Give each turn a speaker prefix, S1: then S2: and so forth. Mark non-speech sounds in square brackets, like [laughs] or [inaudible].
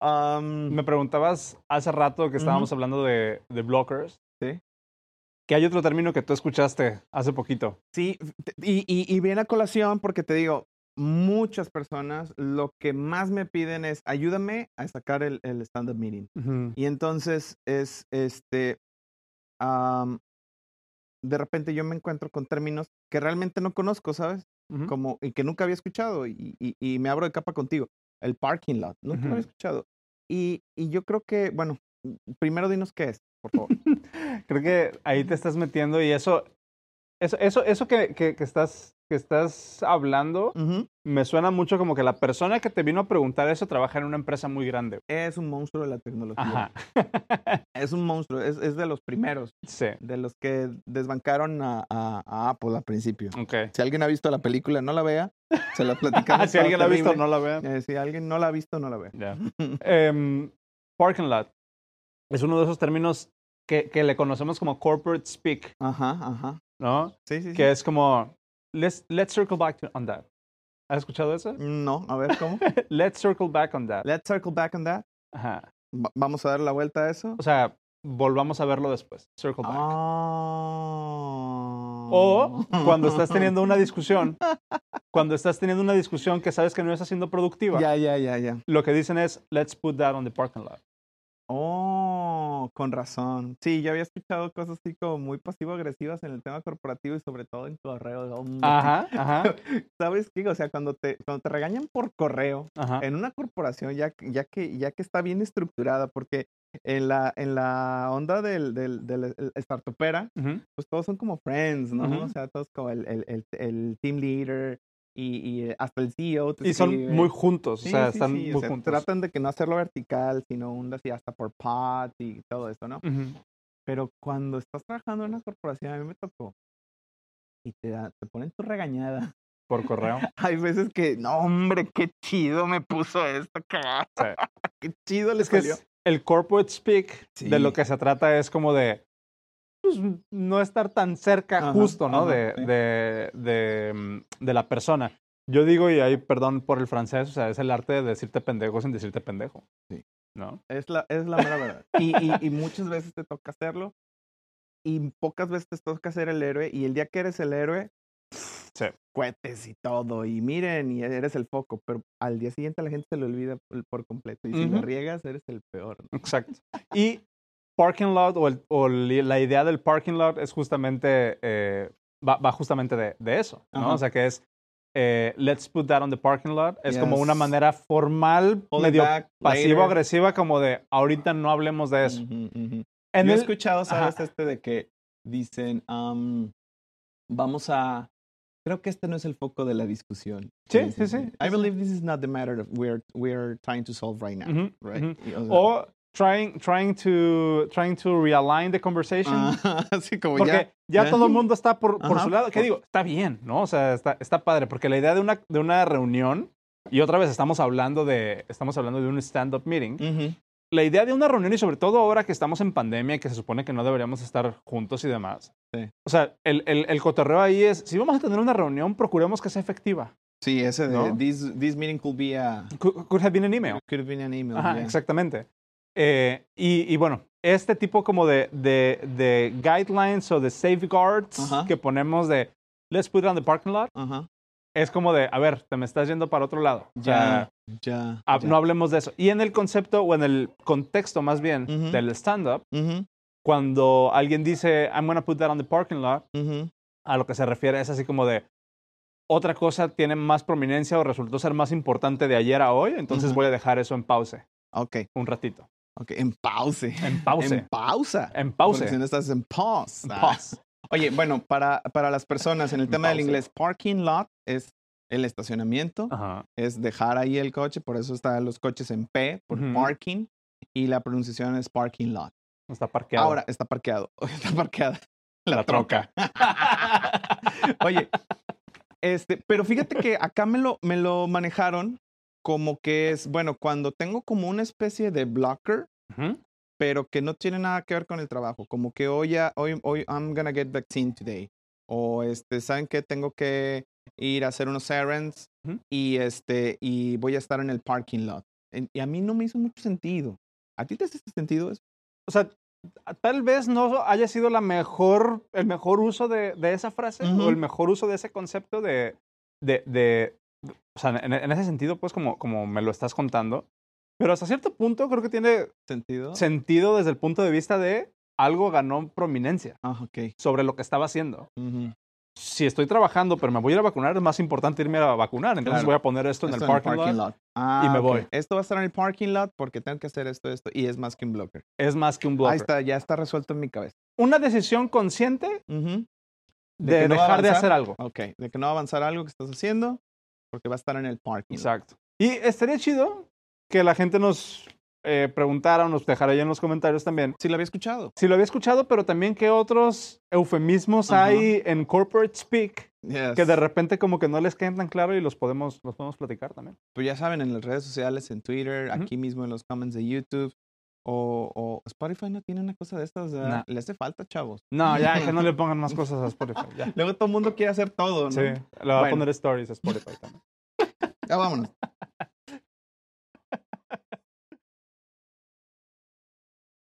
S1: Um,
S2: Me preguntabas hace rato que estábamos hablando de, de blockers. Sí. Que hay otro término que tú escuchaste hace poquito.
S1: Sí, te- y, y, y viene a colación porque te digo, muchas personas lo que más me piden es ayúdame a sacar el, el stand-up meeting. Y entonces es este. am, de repente yo me encuentro con términos que realmente no conozco, ¿sabes?
S2: Ujú.
S1: Como, y que nunca había escuchado, y, y- y me abro de capa contigo. El parking lot, nunca lo
S2: Ujú.
S1: había escuchado. Y, y yo creo que, bueno, primero dinos qué es, por
S2: [laughs]
S1: favor.
S2: Creo que ahí te estás metiendo y eso, eso, eso, eso que, que- que estás, que estás hablando
S1: Ujú.
S2: me suena mucho como que la persona que te vino a preguntar eso trabaja en una empresa muy grande.
S1: Es un monstruo de la tecnología.
S2: Ajá.
S1: Es un monstruo, es, es de los primeros,
S2: Sí.
S1: de los que desbancaron a, a- a Apple al principio.
S2: Ok.
S1: Si alguien ha visto la película, no la vea, se
S2: [laughs]
S1: la platicamos.
S2: Ah, si alguien la ha visto,
S1: Terrible.
S2: no la vea.
S1: Eh, si alguien no la ha visto, no la ve.
S2: Ya. [laughs] Em, parking lot es uno de esos términos que, que le conocemos como corporate speak,
S1: Ajá, ajá.
S2: ¿no?
S1: Sí, sí, sí.
S2: Que es como, let's, let's circle back to- on that. ¿Has escuchado eso?
S1: No, a ver,
S2: [laughs]
S1: ¿cómo?
S2: Let's circle back on that.
S1: Let's circle back on that.
S2: Ajá.
S1: Va- vamos a dar la vuelta a eso.
S2: O sea, volvamos a verlo después. Circle back.
S1: Ah.
S2: O
S1: [laughs]
S2: cuando estás teniendo una discusión, cuando estás teniendo una discusión que sabes que no estás siendo productiva,
S1: Ya, ya, ya, ya.
S2: lo que dicen es, let's put that on the parking
S1: [laughs]
S2: lot.
S1: Oh, con razón. Sí, yo había escuchado cosas así como muy pasivo-agresivas en el tema corporativo y sobre todo en correo. Hombre,
S2: Ajá, ajá,
S1: ¿Sabes qué? O sea, cuando te, cuando te regañan por correo,
S2: ajá.
S1: en una corporación ya, que- ya, que, ya que está bien estructurada, porque en la, en la onda del, del, del el- startupera,
S2: Ujú.
S1: pues todos son como friends, ¿no?
S2: Ujú.
S1: O sea, todos como el, el, el, el team leader y, y, eh, hasta el CEO. te
S2: Y son
S1: escribe.
S2: muy juntos,
S1: eh, Sí,
S2: o sea,
S1: sí,
S2: están
S1: sí, o
S2: muy
S1: sea,
S2: juntos.
S1: Tratan de que no hacerlo vertical, sino un así hasta por pod y todo eso, ¿no?
S2: Ujú.
S1: Pero cuando estás trabajando en una corporación, a mí me tocó. Y te, da- te ponen tu regañada.
S2: Por correo.
S1: Hay veces que, no, hombre, qué chido me puso esto, cabrón.
S2: Sí.
S1: [laughs] Qué chido les
S2: Es que
S1: salió.
S2: es- el corporate speak
S1: Sí.
S2: de lo que se trata es como de pues, no estar tan cerca
S1: Ajá,
S2: justo, ¿no?
S1: ajá,
S2: de,
S1: sí.
S2: de, de, mm, de la persona. Yo digo, y ahí perdón por el francés, o sea, es el arte de decirte pendejo sin decirte pendejo.
S1: Sí.
S2: ¿No? [laughs]
S1: Es la, es la mera verdad. Y, y- y muchas veces te toca hacerlo. Y pocas veces te toca ser el héroe. Y el día que eres el héroe,
S2: Sí.
S1: cohetes y todo. Y miren, y eres el foco. Pero al día siguiente la gente se lo olvida por- por completo. Y si la
S2: Ujú.
S1: riegas, eres el peor. ¿no?
S2: Exacto. Y parking lot o, el- o li- la idea del parking lot es justamente, eh, va, va justamente de, de eso, ¿no?
S1: Ajá.
S2: O sea, que es, eh, let's put that on the parking lot. Es como una
S1: Yes.
S2: manera formal,
S1: Pull it
S2: medio
S1: back later.
S2: pasivo-agresiva, como de, ahorita no hablemos de eso.
S1: Ujú, ujú.
S2: En
S1: Yo he
S2: el-
S1: escuchado,
S2: Ajá.
S1: ¿sabes? Este de que dicen, am, vamos a... Creo que este no es el foco de la discusión.
S2: Sí,
S1: Y
S2: sí,
S1: dicen,
S2: sí,
S1: I
S2: sí.
S1: believe this is not the matter that we're, we're trying to solve right now.
S2: Ujú,
S1: Right?
S2: ujú.
S1: Y, o sea, ah,
S2: O trying, trying, to, trying to realign the conversation.
S1: [laughs] Ah, sí, como
S2: Porque ya,
S1: ya.
S2: todo el mundo está por, por
S1: Ajá,
S2: su lado. ¿Qué
S1: por-
S2: digo? Está bien, ¿no? O sea, está, está padre. Porque la idea de una, de una reunión, y otra vez estamos hablando de, estamos hablando de un stand-up meeting,
S1: Ujú.
S2: la idea de una reunión, y sobre todo ahora que estamos en pandemia, que se supone que no deberíamos estar juntos y demás.
S1: Sí.
S2: O sea, el, el, el cotorreo ahí es, si vamos a tener una reunión, procuremos que sea efectiva.
S1: Sí, ese de
S2: ¿No?
S1: this, this meeting could be a...
S2: Could, could have been an email.
S1: Could have been an email.
S2: Ajá,
S1: yeah.
S2: exactamente. Eh, y, y bueno, este tipo como de, de, de guidelines o de safeguards
S1: Ajá.
S2: que ponemos de let's put it on the parking lot
S1: Ajá.
S2: es como de, a ver, te me estás yendo para otro lado. O sea,
S1: Ya, ya.
S2: ah,
S1: ya.
S2: no hablemos de eso. Y en el concepto o en el contexto más bien
S1: Ujú.
S2: del stand-up,
S1: Ujú,
S2: cuando alguien dice I'm gonna put that on the parking lot,
S1: ujú.
S2: a lo que se refiere es así como de otra cosa tiene más prominencia o resultó ser más importante de ayer a hoy, entonces
S1: Ujú.
S2: voy a dejar eso en pause
S1: Ok,
S2: un ratito.
S1: ok. En pause.
S2: En pause.
S1: En pausa.
S2: En
S1: Porque
S2: pause.
S1: si no estás en pause. Ah.
S2: Pause.
S1: Oye, bueno, para, para las personas en el
S2: [laughs] En
S1: tema del
S2: pausa. Ah.
S1: inglés, parking lot es el estacionamiento,
S2: Ajá.
S1: es dejar ahí el coche, por eso están los coches en P, por
S2: Ujú.
S1: parking, y la pronunciación es parking lot.
S2: Está parqueado.
S1: Ahora está parqueado, [laughs] está parqueada la, troca.
S2: troca. [laughs]
S1: Oye, este, pero fíjate que acá me lo, me lo manejaron como que es, bueno, cuando tengo como una especie de blocker,
S2: Ujú.
S1: pero que no tiene nada que ver con el trabajo, como que hoy, ya- hoy, hoy I'm gonna get vaccine today, o este, ¿saben que Tengo que ir a hacer unos errands
S2: Ujú.
S1: y este, y voy a estar en el parking lot. En- Y a mí no me hizo mucho sentido. ¿A ti te hace sentido eso?
S2: O sea, tal vez no haya sido la mejor, el mejor uso de, de esa frase
S1: Ujú.
S2: o el mejor uso de ese concepto de... de, de- o sea, en, en ese sentido, pues como, como me lo estás contando. Pero hasta cierto punto creo que tiene
S1: ¿Sentido?
S2: sentido desde el punto de vista de algo ganó prominencia
S1: Ah, ok.
S2: sobre lo que estaba haciendo.
S1: Ujú.
S2: Si estoy trabajando, pero me voy a ir a vacunar, es más importante irme a vacunar. Entonces
S1: Claro.
S2: voy a poner esto en
S1: Esto
S2: el parking, lot.
S1: Ah,
S2: y me
S1: ok.
S2: voy.
S1: Esto va a estar en el parking lot porque tengo que hacer esto, esto. Y es más que un blocker.
S2: Es más que un
S1: Ahí
S2: blog.
S1: está, ya está resuelto en mi cabeza.
S2: Una decisión consciente
S1: Ujú.
S2: de,
S1: que no va a
S2: dejar de
S1: avanzar.
S2: hacer algo.
S1: Ok, de que no va a avanzar algo que estás haciendo porque va a estar en el parking. lot.
S2: Exacto. Y estaría chido que la gente nos eh, preguntara o nos dejara ahí en los comentarios también
S1: Sí, lo había escuchado.
S2: si lo había escuchado, pero también qué otros eufemismos
S1: Ajá.
S2: hay en corporate speak
S1: Yes.
S2: que de repente como que no les quedan tan claro y los podemos, los podemos platicar también.
S1: Pues ya saben, en las redes sociales, en Twitter,
S2: Ujú.
S1: aquí mismo en los comments de YouTube o, o Spotify no tiene una cosa de estas, ¿verdad? Le hace falta, chavos.
S2: No, ya que no le pongan [laughs] más cosas a Spotify. ya.
S1: Luego todo el mundo quiere hacer todo, ¿no?
S2: Sí, le va a
S1: Bueno.
S2: poner stories a Spotify también.
S1: Ya vámonos.